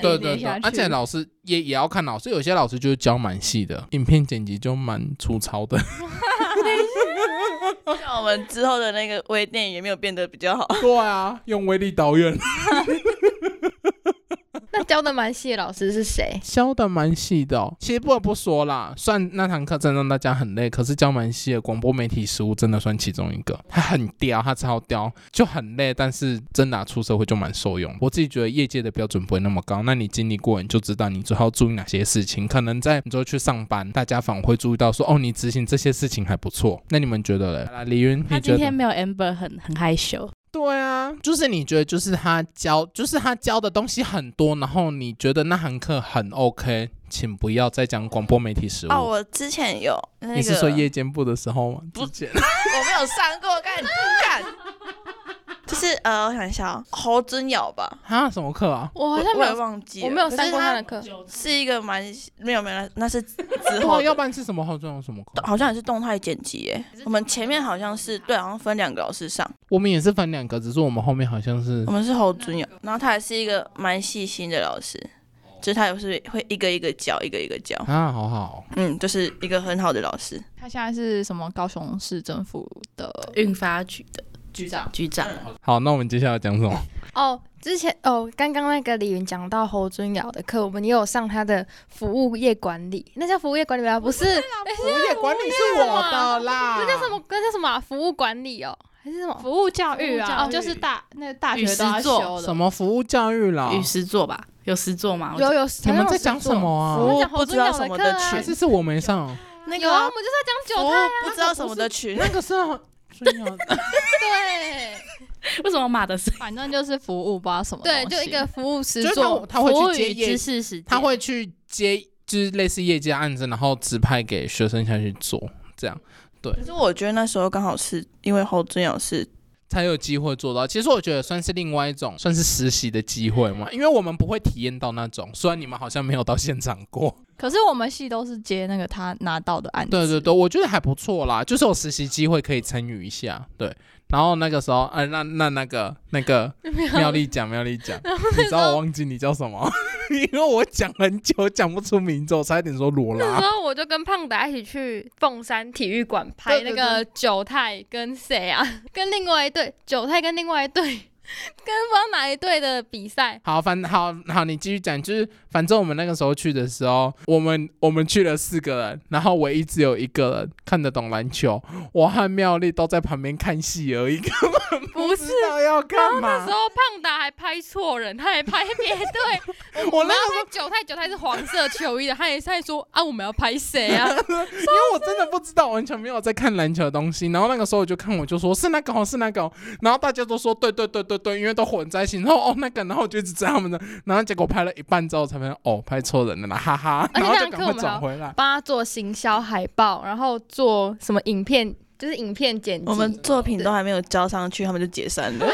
[SPEAKER 2] 对
[SPEAKER 5] 对
[SPEAKER 2] 对对
[SPEAKER 5] 下，去
[SPEAKER 2] 而且老师也也要看老师，有些老师就是教蛮细的，影片剪辑就蛮粗糙的。啊
[SPEAKER 3] 像我们之后的那个微电影也没有变得比较好。
[SPEAKER 2] 对啊，用威力导演
[SPEAKER 1] 那教的蛮细的老师是谁？
[SPEAKER 2] 教的蛮细的、哦，其实不得不说啦，算那堂课真的让大家很累，可是教蛮细的广播媒体实务真的算其中一个，它很刁，它超刁，就很累，但是真拿出社会就蛮受用。我自己觉得业界的标准不会那么高，那你经历过你就知道你最后要注意哪些事情，可能在你之后去上班，大家反而会注意到说，哦，你执行这些事情还不错。那你们觉得嘞？来，李云，
[SPEAKER 4] 他
[SPEAKER 2] 你觉
[SPEAKER 4] 今
[SPEAKER 2] 得
[SPEAKER 4] 天？没有 Amber 很很害羞，
[SPEAKER 2] 对啊，就是你觉得就是他教，就是他教的东西很多，然后你觉得那堂课很 OK，请不要再讲广播媒体实务。
[SPEAKER 3] 哦，我之前有那个，
[SPEAKER 2] 你是说夜间部的时候吗？
[SPEAKER 3] 不
[SPEAKER 2] 之前
[SPEAKER 3] 我没有上过，干干，就是呃，我想一下哦，侯尊尧吧，
[SPEAKER 2] 啊什么课啊？
[SPEAKER 1] 我
[SPEAKER 3] 我
[SPEAKER 1] 好像没
[SPEAKER 3] 我也
[SPEAKER 1] 有，
[SPEAKER 3] 忘记了，
[SPEAKER 1] 我没有
[SPEAKER 3] 可是
[SPEAKER 1] 上过他
[SPEAKER 3] 他
[SPEAKER 1] 的课。
[SPEAKER 3] 是一个蛮没有没有，那是 之
[SPEAKER 2] 对
[SPEAKER 3] 后
[SPEAKER 2] 啊，
[SPEAKER 3] 的
[SPEAKER 2] 要不然是什么后专有什么课？
[SPEAKER 3] 好像也是动态剪辑耶。我们前面好像是对，好像分两个老师上，
[SPEAKER 2] 我们也是分两个，只是我们后面好像是
[SPEAKER 3] 我们是侯尊友，然后他还是一个蛮细心的老师，
[SPEAKER 2] 哦
[SPEAKER 3] 就是他也是会一个一个教，一个一个教，
[SPEAKER 2] 啊，好好
[SPEAKER 3] 嗯，就是一个很好的老师。
[SPEAKER 5] 他现在是什么高雄市政府的
[SPEAKER 1] 哎
[SPEAKER 4] 运发局的
[SPEAKER 5] 局长？
[SPEAKER 4] 局长。
[SPEAKER 2] 好，那我们接下来讲什
[SPEAKER 3] 哎
[SPEAKER 2] 么？
[SPEAKER 1] 哦，之前哦，刚刚那个李云讲到侯尊尧的课，我们也有上他的服务业管理，那叫服务业管理吧？不是，
[SPEAKER 2] 服务业管理是我的啦，
[SPEAKER 1] 那叫什么？那叫什么啊、服务管理哦，还是什么？
[SPEAKER 5] 服务教育
[SPEAKER 1] 服务教
[SPEAKER 5] 啊，
[SPEAKER 1] 育
[SPEAKER 5] 哦，就是大那个大
[SPEAKER 4] 与
[SPEAKER 5] 学
[SPEAKER 4] 时
[SPEAKER 5] 都要
[SPEAKER 4] 做
[SPEAKER 5] 修
[SPEAKER 2] 什
[SPEAKER 5] 的。
[SPEAKER 2] 么服务教育啦？
[SPEAKER 4] 与实作吧，有实作吗？
[SPEAKER 1] 有有，
[SPEAKER 2] 你们
[SPEAKER 1] 好像
[SPEAKER 2] 在
[SPEAKER 1] 有
[SPEAKER 2] 讲
[SPEAKER 1] 十座
[SPEAKER 2] 什么？啊？
[SPEAKER 1] 我
[SPEAKER 3] 服
[SPEAKER 1] 们
[SPEAKER 3] 务
[SPEAKER 1] 讲
[SPEAKER 3] 不
[SPEAKER 1] 侯
[SPEAKER 3] 知
[SPEAKER 1] 尊
[SPEAKER 3] 道
[SPEAKER 1] 尧
[SPEAKER 3] 什么
[SPEAKER 1] 课
[SPEAKER 3] 的
[SPEAKER 1] 啊
[SPEAKER 2] 还
[SPEAKER 3] 群，
[SPEAKER 2] 是是我没上？
[SPEAKER 3] 那
[SPEAKER 1] 有
[SPEAKER 3] 个
[SPEAKER 1] 啊，
[SPEAKER 3] 啊
[SPEAKER 1] 我们就是要
[SPEAKER 3] 服
[SPEAKER 1] 讲韭
[SPEAKER 2] 哦
[SPEAKER 1] 菜。
[SPEAKER 3] 务不知道什么的群，
[SPEAKER 2] 那个是要专有
[SPEAKER 1] 对
[SPEAKER 4] 为什么马的声音？
[SPEAKER 5] 反正就是服务吧，什么
[SPEAKER 1] 对，
[SPEAKER 5] 东
[SPEAKER 1] 就
[SPEAKER 5] 西
[SPEAKER 1] 一个服务实
[SPEAKER 2] 就是他
[SPEAKER 1] 作
[SPEAKER 2] 会。他会
[SPEAKER 4] 服务
[SPEAKER 2] 去接
[SPEAKER 4] 与
[SPEAKER 2] 业
[SPEAKER 4] 知，识实践，
[SPEAKER 2] 他会去接就是类似业界案子，然后指派给学生下去做，这样
[SPEAKER 3] 可是我觉得那时候刚好是因为侯尊友是
[SPEAKER 2] 才有机会做到。其实我觉得算是另外一种算是实习的机会嘛，因为我们不会体验到那种，虽然你们好像没有到现场过。
[SPEAKER 5] 可是我们系都是接那个他拿到的案子，
[SPEAKER 2] 对对对，我觉得还不错啦，就是有实习机会可以参与一下。对，然后那个时候，呃，那那那个那 个妙丽讲妙丽讲，你知道我忘记你叫什么， 因为我讲很久讲不出名字，我差一点说罗
[SPEAKER 1] 那
[SPEAKER 2] 拉
[SPEAKER 1] 时。候我就跟胖达一起去凤山体育馆拍
[SPEAKER 2] 对
[SPEAKER 1] 那
[SPEAKER 2] 对
[SPEAKER 1] 个韭菜跟谁啊？ 跟另外一队韭菜跟另外一队， 跟不知道哪一队的比赛。
[SPEAKER 2] 好，反好好，你继续讲。就是反正我们那个时候去的时候，我们我们去了四个人，然后唯一只有一个人看得懂篮球，我和妙丽都在旁边看戏 而已，根本
[SPEAKER 1] 不
[SPEAKER 2] 知
[SPEAKER 1] 是
[SPEAKER 2] 道要干
[SPEAKER 1] 那
[SPEAKER 2] 嘛
[SPEAKER 1] 时。候胖达还拍错人，他还拍别队。
[SPEAKER 2] 我
[SPEAKER 1] 我
[SPEAKER 2] 那
[SPEAKER 1] 们
[SPEAKER 2] 个
[SPEAKER 1] 要拍韭菜，韭菜是黄色球衣的，他也是在说啊，我们要拍谁啊？
[SPEAKER 2] 因为我真的不知道，完全没有在看篮球的东西。然后那个时候我就看，我就说是那个、哦，是那个、哦。然后大家都说对对对对对，因为都混在一起。然后哦那个，然后我就一直在他们的，然后结果拍了一半之后才发现哦拍错人了啦，哈哈。
[SPEAKER 1] 而且
[SPEAKER 2] 然后
[SPEAKER 1] 那
[SPEAKER 2] 就赶
[SPEAKER 1] 堂
[SPEAKER 2] 快
[SPEAKER 1] 课我们还
[SPEAKER 2] 转
[SPEAKER 1] 要
[SPEAKER 2] 回来。
[SPEAKER 1] 帮他做行销海报，然后做什么影片，就是影片剪辑。
[SPEAKER 3] 我们作品都还没有交上去，他们就解散了。
[SPEAKER 2] 哎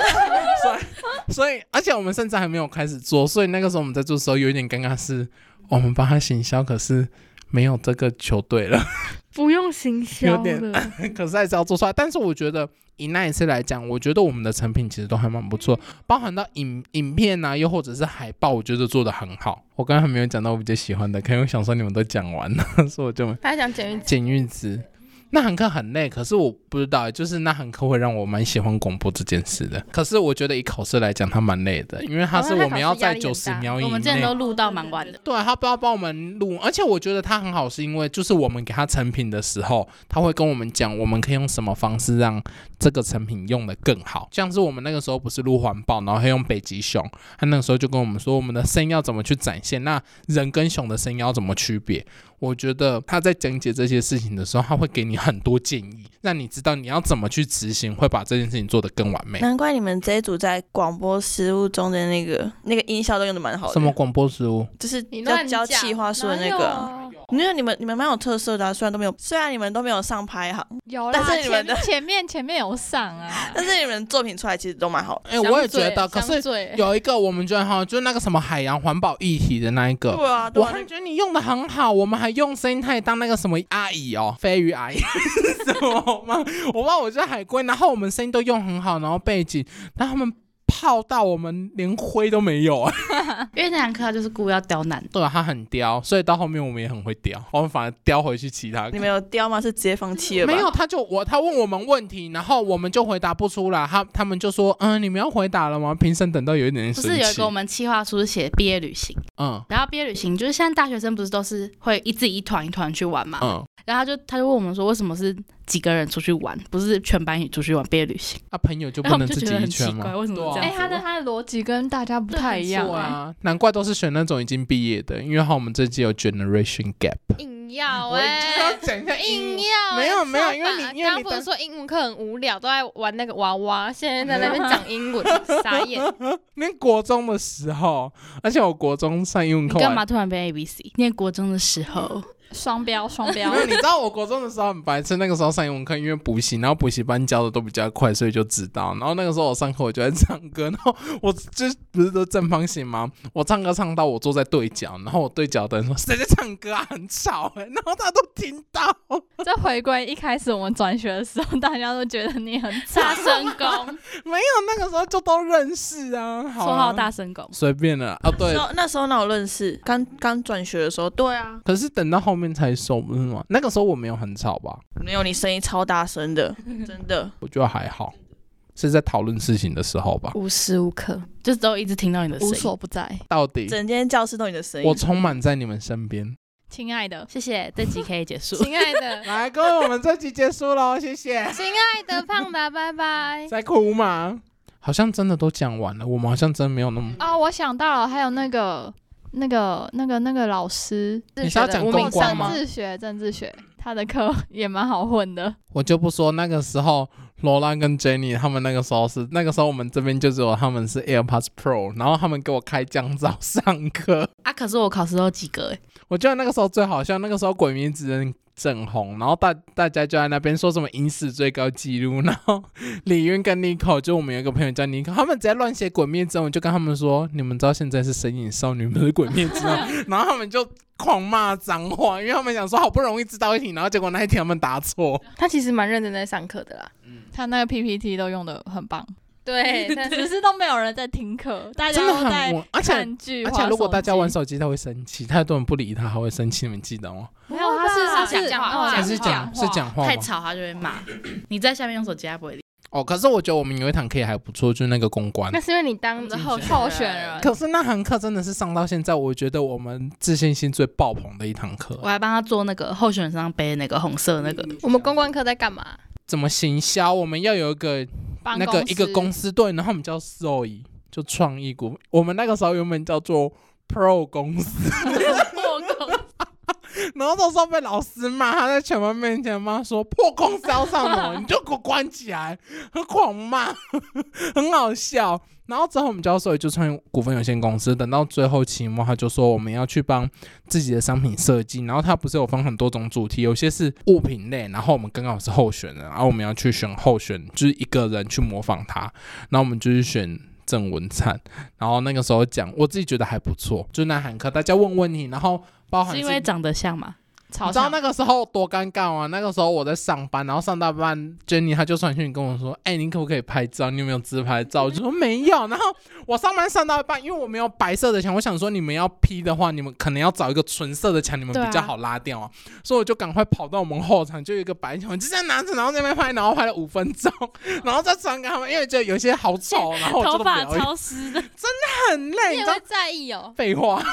[SPEAKER 2] 所以，所以，而且我们甚至还没有开始做，所以那个时候我们在做的时候有一点尴尬是，哦我们帮他行销，可是没有这个球队了。
[SPEAKER 1] 不用行销
[SPEAKER 2] 有点
[SPEAKER 1] 了，
[SPEAKER 2] 可是还是要做出来。但是我觉得以那一次来讲，我觉得我们的成品其实都还蛮不错，包含到影影片啊，又或者是海报，我觉得做的很好。我刚刚还没有讲到我比较喜欢的，可能我想说你们都讲完了， 所以我就没
[SPEAKER 1] 大家讲简
[SPEAKER 2] 简玉子。那堂课很累，可是我不知道，就是那堂课会让我蛮喜欢广播这件事的。可是我觉得以考试来讲，它蛮累的，因为它是
[SPEAKER 1] 哦那
[SPEAKER 2] 我们要在
[SPEAKER 1] 考试压
[SPEAKER 2] 九
[SPEAKER 1] 力
[SPEAKER 2] 十
[SPEAKER 1] 很大
[SPEAKER 2] 秒以
[SPEAKER 4] 我们之前
[SPEAKER 2] 内
[SPEAKER 4] 都录到蛮晚的，
[SPEAKER 2] 对他不要帮我们录，而且我觉得他很好，是因为就是我们给他成品的时候，他会跟我们讲我们可以用什么方式让这个成品用的更好。像是我们那个时候不是录环保，然后还用北极熊，他那个时候就跟我们说我们的声音要怎么去展现，那人跟熊的声音要怎么区别。我觉得他在讲解这些事情的时候，他会给你很多建议，让你知道你要怎么去执行，会把这件事情做得更完美。
[SPEAKER 3] 难怪你们这一组在广播实务中的那个那个音效都用的蛮好的，
[SPEAKER 2] 什么广播实务？
[SPEAKER 3] 就是
[SPEAKER 1] 你
[SPEAKER 3] 要
[SPEAKER 1] 乱
[SPEAKER 3] 教
[SPEAKER 1] 讲
[SPEAKER 3] 企划书的那
[SPEAKER 1] 哪有
[SPEAKER 3] 个啊。因为你们你们蛮有特色的、啊，虽然都没有，虽然你们都没有上排 行，
[SPEAKER 5] 有
[SPEAKER 3] 但
[SPEAKER 5] 啦，
[SPEAKER 3] 是你们
[SPEAKER 5] 前
[SPEAKER 3] 的
[SPEAKER 5] 前面前面有上 啊，
[SPEAKER 3] 但是你们作品出来其实都蛮好的。
[SPEAKER 2] 哎、我也觉得，
[SPEAKER 1] 香
[SPEAKER 2] 可是
[SPEAKER 1] 醉
[SPEAKER 2] 有一个我们觉得哈，就是那个什么海洋环保议题的那一个。
[SPEAKER 3] 对啊，对
[SPEAKER 2] 我
[SPEAKER 3] 啊，
[SPEAKER 2] 还觉得你用的很好，我们还用生态当那个什么阿姨哦，飞鱼阿姨 什么吗？我忘了我是海龟，然后我们声音都用很好，然后背景，然后他们泡到我们连灰都没有啊。
[SPEAKER 4] 因为那堂课他就是故意要刁难。
[SPEAKER 2] 对啊，他很刁，所以到后面我们也很会刁，我们反而刁回去其他。
[SPEAKER 3] 你们有雕吗？是直接放弃了吧？
[SPEAKER 2] 没有，，他就我他问我们问题，然后我们就回答不出来，他他们就说，嗯，你们要回答了吗？评审等到有一点点
[SPEAKER 4] 不
[SPEAKER 2] 生
[SPEAKER 4] 是有一
[SPEAKER 2] 气
[SPEAKER 4] 个我，们企划书是写毕业旅行，
[SPEAKER 2] 嗯
[SPEAKER 4] 然后毕业旅行就是现在大学生不是都是会一自己一团一团去玩嘛，
[SPEAKER 2] 嗯，
[SPEAKER 4] 然后他就他就问我们说为什么是几个人出去玩，不是全班一起出去玩毕业旅行，
[SPEAKER 2] 那朋友就
[SPEAKER 4] 然后
[SPEAKER 2] 不
[SPEAKER 4] 我
[SPEAKER 2] 能
[SPEAKER 4] 们就
[SPEAKER 2] 自
[SPEAKER 4] 觉
[SPEAKER 2] 己
[SPEAKER 4] 得
[SPEAKER 2] 一
[SPEAKER 4] 很奇
[SPEAKER 2] 圈吗？
[SPEAKER 4] 怪，为什么
[SPEAKER 2] 对啊
[SPEAKER 4] 这
[SPEAKER 5] 哎、
[SPEAKER 4] 样子玩？
[SPEAKER 5] 他的他的逻辑跟大家不
[SPEAKER 4] 对
[SPEAKER 5] 太一样、
[SPEAKER 4] 很
[SPEAKER 5] 哎
[SPEAKER 4] 错啊
[SPEAKER 2] 啊，难怪都是选那种已经毕业的，因为哈我们这届有 generation gap。
[SPEAKER 1] 硬要
[SPEAKER 2] 我
[SPEAKER 1] 哎、
[SPEAKER 2] 就要讲一下
[SPEAKER 1] 硬
[SPEAKER 2] 英，
[SPEAKER 1] 要欸、
[SPEAKER 2] 没有没有
[SPEAKER 1] 超
[SPEAKER 2] 因为你
[SPEAKER 1] 烦
[SPEAKER 2] 因为
[SPEAKER 1] 刚
[SPEAKER 2] 你
[SPEAKER 1] 刚不
[SPEAKER 2] 当
[SPEAKER 1] 是说英文课很无聊，都在玩那个娃娃，现在在那边讲 英文，傻眼。
[SPEAKER 2] 念国中的时候，而且我国中上英文
[SPEAKER 4] 你
[SPEAKER 2] 课
[SPEAKER 4] 干
[SPEAKER 2] 玩
[SPEAKER 4] 嘛突然变 A B C？念国中的时候，
[SPEAKER 5] 双标双标
[SPEAKER 2] 没有，你知道我国中的时候很白痴，那个时候上英文课，因为补习，然后补习班教的都比较快，所以就知道。然后那个时候我上课我就在唱歌，然后我就是不是都正方形吗？我唱歌唱到我坐在对角，然后我对角的人说谁在唱歌啊，很吵哎、然后他都听到。
[SPEAKER 5] 这回归一开始我们转学的时候，大家都觉得你很
[SPEAKER 4] 大
[SPEAKER 5] 差，
[SPEAKER 4] 声公，
[SPEAKER 2] 没有，那个时候就都认识啊，
[SPEAKER 4] 绰
[SPEAKER 2] 好啊
[SPEAKER 4] 号大声公。
[SPEAKER 2] 随便了啊，对
[SPEAKER 3] 那时。候那时候哪有认识？刚刚转学的时候，对啊，
[SPEAKER 2] 可是等到后面才熟，不是吗？那个时候我没有很吵吧，
[SPEAKER 3] 没有，你声音超大 声的，真的。
[SPEAKER 2] 我觉得还好，是在讨论事情的时候吧。
[SPEAKER 1] 无时无刻，
[SPEAKER 4] 就都一直听到你的声
[SPEAKER 5] 无
[SPEAKER 4] 音。
[SPEAKER 5] 所不在。
[SPEAKER 2] 到底
[SPEAKER 3] 整间教室都有你的声音
[SPEAKER 2] 我。充满在你们身边。
[SPEAKER 5] 亲 爱的，
[SPEAKER 4] 谢谢，这集可以结束。
[SPEAKER 1] 亲爱 的，
[SPEAKER 2] 来，各位，我们这集结束喽，谢谢。
[SPEAKER 1] 亲爱的胖达，拜拜。
[SPEAKER 2] 在哭吗？好像真的都讲完了，我们好像真没有那么。
[SPEAKER 5] 哦，我想到了，还有那个、那个、那个、那个老师，
[SPEAKER 2] 你是要讲
[SPEAKER 1] 无名
[SPEAKER 2] 公关
[SPEAKER 1] 上
[SPEAKER 2] 吗
[SPEAKER 5] 政治学、政治学，他的课也蛮好混的。
[SPEAKER 2] 我就不说那个时候，罗兰跟 Jenny 他们那个时候是，那个时候我们这边就只有他们是 AirPods Pro，然后他们给我开降噪上课。
[SPEAKER 4] 啊，可是我考试都及格哎，
[SPEAKER 2] 我觉得那个时候最好笑，那个时候《鬼灭之刃》正红，然后大大家就在那边说什么影史最高纪录，然后李云跟 Nico 就我们有一个朋友叫 Nico，他们直接乱写《鬼灭之刃》，我就跟他们说，你们知道现在是神隐少女，不是《鬼灭之刃》，然后他们就狂骂脏话，因为他们想说好不容易知道一题，然后结果那一题他们答错，
[SPEAKER 1] 他其实蛮认真在上课的啦。
[SPEAKER 5] 他那个 PPT 都用的很棒，
[SPEAKER 1] 对，哎但
[SPEAKER 5] 只
[SPEAKER 1] 是
[SPEAKER 5] 是都没有人在听课，大家
[SPEAKER 2] 真的
[SPEAKER 5] 都
[SPEAKER 2] 很
[SPEAKER 5] 在
[SPEAKER 2] 无，而且。
[SPEAKER 5] 看剧。
[SPEAKER 2] 而
[SPEAKER 5] 滑
[SPEAKER 2] 且如果
[SPEAKER 5] 手
[SPEAKER 2] 大家
[SPEAKER 5] 机
[SPEAKER 2] 玩手机，他会生气，太多人不理他，他会生气，你们记得吗？
[SPEAKER 5] 没有，他是他
[SPEAKER 4] 讲
[SPEAKER 5] 是
[SPEAKER 4] 讲话
[SPEAKER 5] 哦
[SPEAKER 2] 还
[SPEAKER 4] 讲
[SPEAKER 2] 是
[SPEAKER 4] 讲
[SPEAKER 2] 讲是讲话吗
[SPEAKER 4] 太吵他就会 骂。你在下面用手机，他不会理。
[SPEAKER 2] 哦，可是我觉得我们有一堂课也还不错，就是那个公关。
[SPEAKER 1] 那是因为你当
[SPEAKER 4] 的
[SPEAKER 1] 候
[SPEAKER 5] 候选人。
[SPEAKER 2] 可是那堂课真的是上到现在，我觉得我们自信心最爆棚的一堂课
[SPEAKER 4] 我。还帮他做那个候选人身上背那个红色那个，
[SPEAKER 1] 我们公关课在干嘛？
[SPEAKER 2] 怎么行销？我们要有一个
[SPEAKER 5] 办
[SPEAKER 2] 那个
[SPEAKER 5] 公
[SPEAKER 2] 一个
[SPEAKER 5] 室
[SPEAKER 2] 公司队，然后我们叫 Soy，就创意股。我们那个时候原本叫做 Pro 公司，然后到时候被老师骂，他在全班面前骂说破公司要上我，你就给我关起来，很狂骂， 很好笑。然后之后我们教授也就创业股份有限公司，等到最后期末，他就说我们要去帮自己的商品设计。然后他不是有分很多种主题，有些是物品类，然后我们刚好是候选人，然后我们要去选候选，就是一个人去模仿他，然后我们就是选郑文灿，然后那个时候讲，我自己觉得还不错，就是那堂课大家问问题，然后包含
[SPEAKER 4] 哦是因为长得像吗？
[SPEAKER 2] 你知道那个时候多尴尬吗？那个时候我在上班，然后上到班，Jenny 她就传讯跟我说：“哎、你可不可以拍照？你有没有自拍照？”我就说没有。啊然后我上班上到一半，因为我没有白色的墙，我想说你们要 P 的话，你们可能要找一个纯色的墙，你们
[SPEAKER 4] 对啊
[SPEAKER 2] 比较好拉掉啊。所以我就赶快跑到我们后场，就有一个白墙，我就这样拿着，然后在那边拍，然后拍了五分 钟，然后再传给他们，因为觉得有些好丑，然后我就
[SPEAKER 4] 头
[SPEAKER 2] 都不
[SPEAKER 4] 发
[SPEAKER 2] 要用，
[SPEAKER 4] 超湿的，
[SPEAKER 2] 很累，
[SPEAKER 1] 你
[SPEAKER 2] 你
[SPEAKER 1] 也
[SPEAKER 2] 知道
[SPEAKER 1] 会在意哦。
[SPEAKER 2] 废话。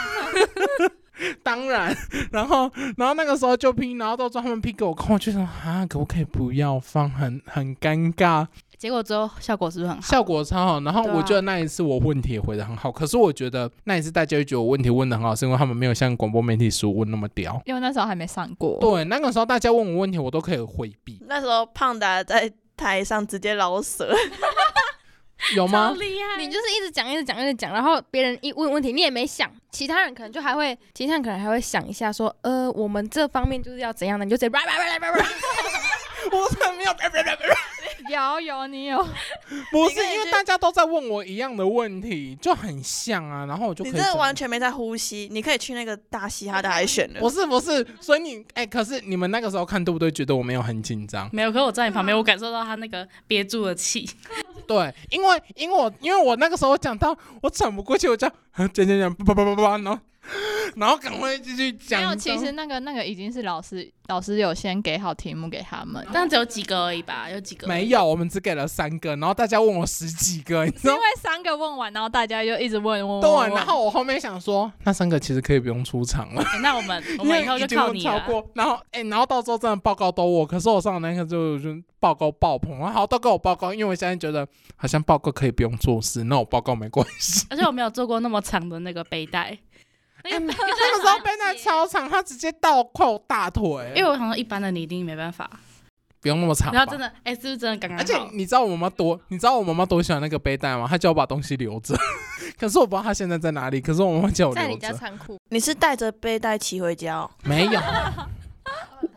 [SPEAKER 2] 当然，然后，然后那个时候就拼，然后到最后他们拼给我看，我就说啊，可不可以不要放，很很尴尬，
[SPEAKER 4] 结果之后效果是不是很好？
[SPEAKER 2] 效果超好。然后
[SPEAKER 4] 对啊
[SPEAKER 2] 我觉得那一次我问题也回的很好，可是我觉得那一次大家会觉得我问题问的很好，是因为他们没有像广播媒体书问那么屌。
[SPEAKER 5] 因为那时候还没上过。
[SPEAKER 2] 对，那个时候大家问我问题，我都可以回避，
[SPEAKER 3] 那时候胖达在台上直接老舌，
[SPEAKER 2] 有
[SPEAKER 4] 超
[SPEAKER 2] 吗？
[SPEAKER 4] 厉害！
[SPEAKER 1] 你就是一直讲，一直讲，一直讲，然后别人一问问题，你也没想，其他人可能就还会，其他人可能还会想一下说，呃，我们这方面就是要怎样的，你就直接 叭叭叭叭叭叭，
[SPEAKER 2] 我怎么没有？
[SPEAKER 5] 有有你有，
[SPEAKER 2] 不
[SPEAKER 3] 你可
[SPEAKER 2] 是
[SPEAKER 3] 以
[SPEAKER 2] 因
[SPEAKER 3] 去
[SPEAKER 2] 为大家都在问我一样的问题，就很像啊，然后我就可
[SPEAKER 3] 你
[SPEAKER 2] 以
[SPEAKER 3] 真的
[SPEAKER 2] 讲
[SPEAKER 3] 完全没在呼吸。你可以去那个大嘻哈的海选了
[SPEAKER 2] 不。是不是，所以你哎、可是你们那个时候看对不对？觉得我没有很紧张，
[SPEAKER 4] 没有，可是我在你旁边，我感受到他那个憋住的气，
[SPEAKER 2] 对，因为因为我因为我那个时候讲到我喘不过气，我就 啊讲讲讲，叭叭叭叭叭，然后 然后赶快继续讲。
[SPEAKER 5] 没有？其实那个那个已经是老师老师有先给好题目给他们，
[SPEAKER 4] 但只有几个而已吧，有几个
[SPEAKER 2] 没有，我们只给了三个，然后大家问我十几个，你知
[SPEAKER 5] 因
[SPEAKER 2] 道
[SPEAKER 5] 为
[SPEAKER 2] 吗？
[SPEAKER 5] 三个问完，然后大家就一直问问问问
[SPEAKER 2] 对，然后我后面想说，那三个其实可以不用出场了，
[SPEAKER 4] 欸那我 们我
[SPEAKER 2] 因
[SPEAKER 4] 们
[SPEAKER 2] 为
[SPEAKER 4] 以后
[SPEAKER 2] 已
[SPEAKER 4] 就
[SPEAKER 2] 经
[SPEAKER 4] 靠
[SPEAKER 2] 问
[SPEAKER 4] 你
[SPEAKER 2] 超
[SPEAKER 4] 啊了。
[SPEAKER 2] 过。然后哎、然后到时候真的报告都我，可是我上的那个就就报告爆棚，然后好都给我报告，因为我现在觉得好像报告可以不用做事，那我报告没关系。
[SPEAKER 4] 而且我没有做过那么长的那个背 带，那个背带
[SPEAKER 2] 哎那个时候被那超长，他直接倒扣大腿，欸
[SPEAKER 4] 因为我想说一般的你一定没办法。
[SPEAKER 2] 不用那么长吧。
[SPEAKER 4] 然后真的，哎、是不是真的刚刚
[SPEAKER 2] 而且
[SPEAKER 4] 好？
[SPEAKER 2] 你知道我妈多，你知道我妈妈多喜欢那个背带吗？她叫我把东西留着， 可是我不知道她现在在哪里。可是我妈妈叫我
[SPEAKER 1] 在你
[SPEAKER 2] 留
[SPEAKER 1] 家
[SPEAKER 2] 着，
[SPEAKER 1] 仓库，
[SPEAKER 3] 你是带着背带骑回家、哦？
[SPEAKER 2] 没有，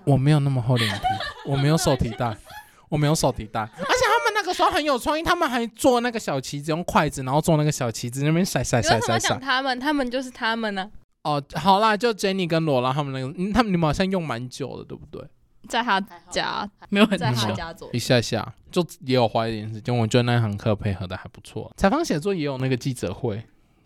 [SPEAKER 2] 我没有那么厚脸皮，我没有手提袋，我没有手提袋。而且他们那个时候很有创意，他们还做那个小旗子，用筷子然后做那个小旗子，那边甩甩
[SPEAKER 1] 你
[SPEAKER 2] 甩
[SPEAKER 1] 为什
[SPEAKER 2] 甩
[SPEAKER 1] 么想
[SPEAKER 2] 甩。
[SPEAKER 1] 他们？他们就是他们啊呢、
[SPEAKER 2] 哦，好啦，就 Jenny 跟罗拉他们那个，嗯他们你们好像用蛮久的，对不对？
[SPEAKER 5] 在他家，
[SPEAKER 4] 没有很
[SPEAKER 5] 在
[SPEAKER 2] 你
[SPEAKER 5] 他
[SPEAKER 2] 说
[SPEAKER 4] 久，
[SPEAKER 5] 家做
[SPEAKER 2] 一。下下，就也有花一点时间。我觉得那堂课配合的还不错。采访写作也有那个记者会，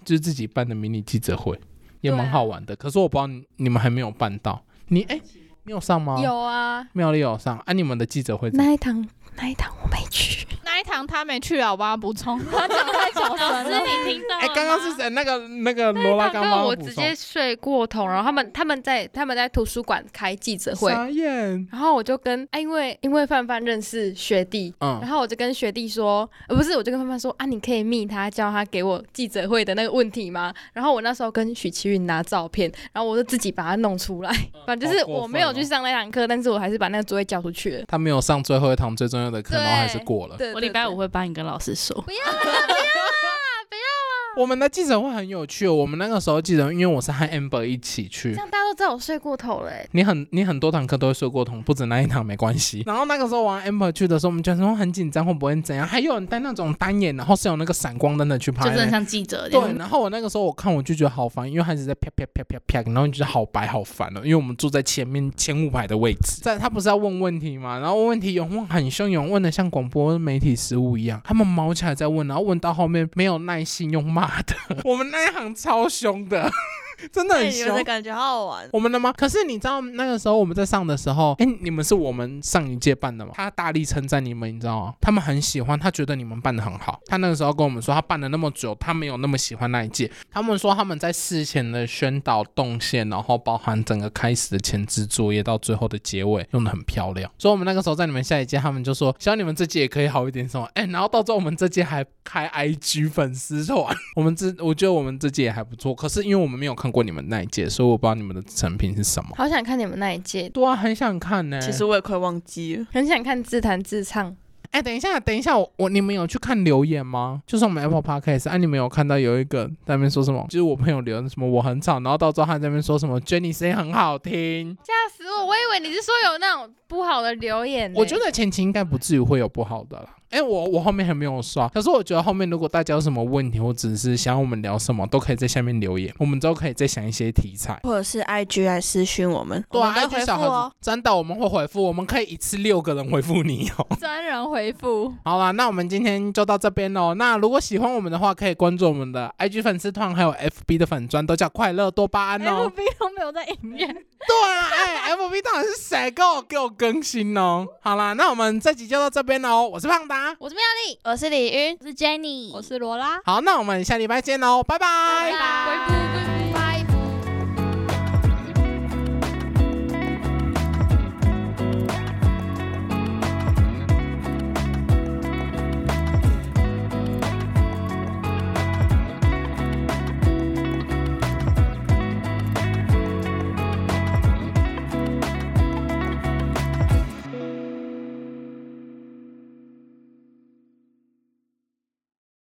[SPEAKER 2] 就是自己办的迷你记者会，也蛮好玩
[SPEAKER 1] 啊
[SPEAKER 2] 的。可是我不知道你你们还没有办到。你哎、你有上吗？，
[SPEAKER 1] 有啊，
[SPEAKER 2] 妙丽有上。啊，你们的记者会怎么
[SPEAKER 1] 那一堂那一堂我没去，
[SPEAKER 5] 那一堂他没去啊，我帮他 补充，他讲太小
[SPEAKER 4] 老
[SPEAKER 5] 声
[SPEAKER 4] 师
[SPEAKER 5] 了。
[SPEAKER 4] 你
[SPEAKER 1] 啊
[SPEAKER 4] 听到啊了
[SPEAKER 2] 哎，
[SPEAKER 4] 吗
[SPEAKER 2] 刚刚是谁？那个那个罗拉刚刚
[SPEAKER 1] 我直接睡过头，然后他们他们在他们在图书馆开记者会，
[SPEAKER 2] 傻眼。
[SPEAKER 1] 然后我就跟哎、因为因为范范认识学弟，然
[SPEAKER 2] 嗯，
[SPEAKER 1] 后我就跟学弟说，呃、不是，我就跟范范说啊，你可以密他，叫他给我记者会的那个问题吗？然后我那时候跟许其云拿照片，然后我就自己把它弄 出来。反正就是
[SPEAKER 2] 好过分
[SPEAKER 1] 我没有
[SPEAKER 2] 哦
[SPEAKER 1] 去上那堂课，但是我还是把那个作业交出去了。
[SPEAKER 2] 他没有上最后一堂最重要的课，然后还是过了。
[SPEAKER 1] 对，
[SPEAKER 4] 哦我礼拜
[SPEAKER 1] 对
[SPEAKER 4] 五会帮你跟老师说。
[SPEAKER 1] 不要啦，不要啦，不要，啊
[SPEAKER 2] 我们的记者会很有趣、哦，我们那个时候记者，因为我是和 Amber 一起去
[SPEAKER 1] 这，样大家都知道我睡过头了、欸。
[SPEAKER 2] 你很你很多堂课都会睡过头，不止那一堂没关系。然后那个时候玩 Amber 去的时候，我们就说很紧张，会不会怎样？还有人戴那种单眼，然后是有那个闪光灯的去
[SPEAKER 4] 就
[SPEAKER 2] 拍
[SPEAKER 4] 真的
[SPEAKER 2] 的。
[SPEAKER 4] 像记者这
[SPEAKER 2] 对，
[SPEAKER 4] 样，
[SPEAKER 2] 然后我那个时候我看我就觉得好烦，因为他一直在啪啪啪啪啪，然后你觉得好白好烦哦，因为我们坐在前面前五排的位置。在他不是要问问题吗？然后问问题有人问很凶，有人问的像广播媒体失误一样，他们毛起来在问，然后问到后面没有耐心用骂的， 我们那一行超凶的，真的
[SPEAKER 3] 哎
[SPEAKER 2] 很
[SPEAKER 3] 你
[SPEAKER 2] 凶。
[SPEAKER 3] 们的感觉好好玩。
[SPEAKER 2] 我们的吗？可是你知道那个时候我们在上的时候，哎、你们是我们上一届办的吗？他大力称赞你们，你知道吗？他们很喜欢，他觉得你们办的很好。他那个时候跟我们说，他办了那么久，他没有那么喜欢那一届。他们说他们在事前的宣导动线，然后包含整个开始的前置作业到最后的结尾，用的很漂亮。所以我们那个时候在你们下一届，他们就说希望你们这届也可以好一点什么。哎、然后到最后我们这届还开 IG 粉丝团。我们这我觉得我们这届也还不错，可是因为我们没有看过你们那一届，所以我不知道你们的成品是什么。
[SPEAKER 1] 好想看你们那一届，
[SPEAKER 2] 对啊，很想看呢、
[SPEAKER 3] 其实，我也快忘记了，
[SPEAKER 1] 很想看自弹自唱。
[SPEAKER 2] 哎、等一下，等一下，我我你们有去看留言吗？就是我们 Apple Podcast，哎、啊，你们有看到有一个在那边说什么？就是我朋友留言什么我很吵，然后到最后他在那边说什么 Jenny 声音很好听，
[SPEAKER 1] 吓死我我以为你是说有那种不好的留言呢、
[SPEAKER 2] 我觉得前期应该不至于会有不好的啦。哎、我我后面还没有刷，可是我觉得后面如果大家有什么问题，或者是想要我们聊什么，都可以在下面留言，我们都可以再想一些题材。
[SPEAKER 3] 或者是 IG 来私讯我们，
[SPEAKER 2] 对
[SPEAKER 3] 我
[SPEAKER 2] 啊
[SPEAKER 3] 们都会
[SPEAKER 2] ，IG
[SPEAKER 3] 回复
[SPEAKER 2] 小盒
[SPEAKER 3] 哦
[SPEAKER 2] 子。真的我们会回复，我们可以一次六个人回复你哦。
[SPEAKER 5] 真人回复，
[SPEAKER 2] 好啦，那我们今天就到这边喽。那如果喜欢我们的话，可以关注我们的 IG 粉丝团，还有 FB 的粉砖，都叫快乐多巴胺 哦。
[SPEAKER 5] FB 都没有在影院，
[SPEAKER 2] 对啊，哎、f b 到底是谁给我给我更新哦？好啦，那我们这集就到这边喽。我是胖达，
[SPEAKER 1] 我是妙丽，
[SPEAKER 3] 我是李云，
[SPEAKER 4] 我是 Jenny，
[SPEAKER 5] 我是罗拉，
[SPEAKER 2] 好，那我们下礼拜见喽，拜拜
[SPEAKER 1] 拜拜。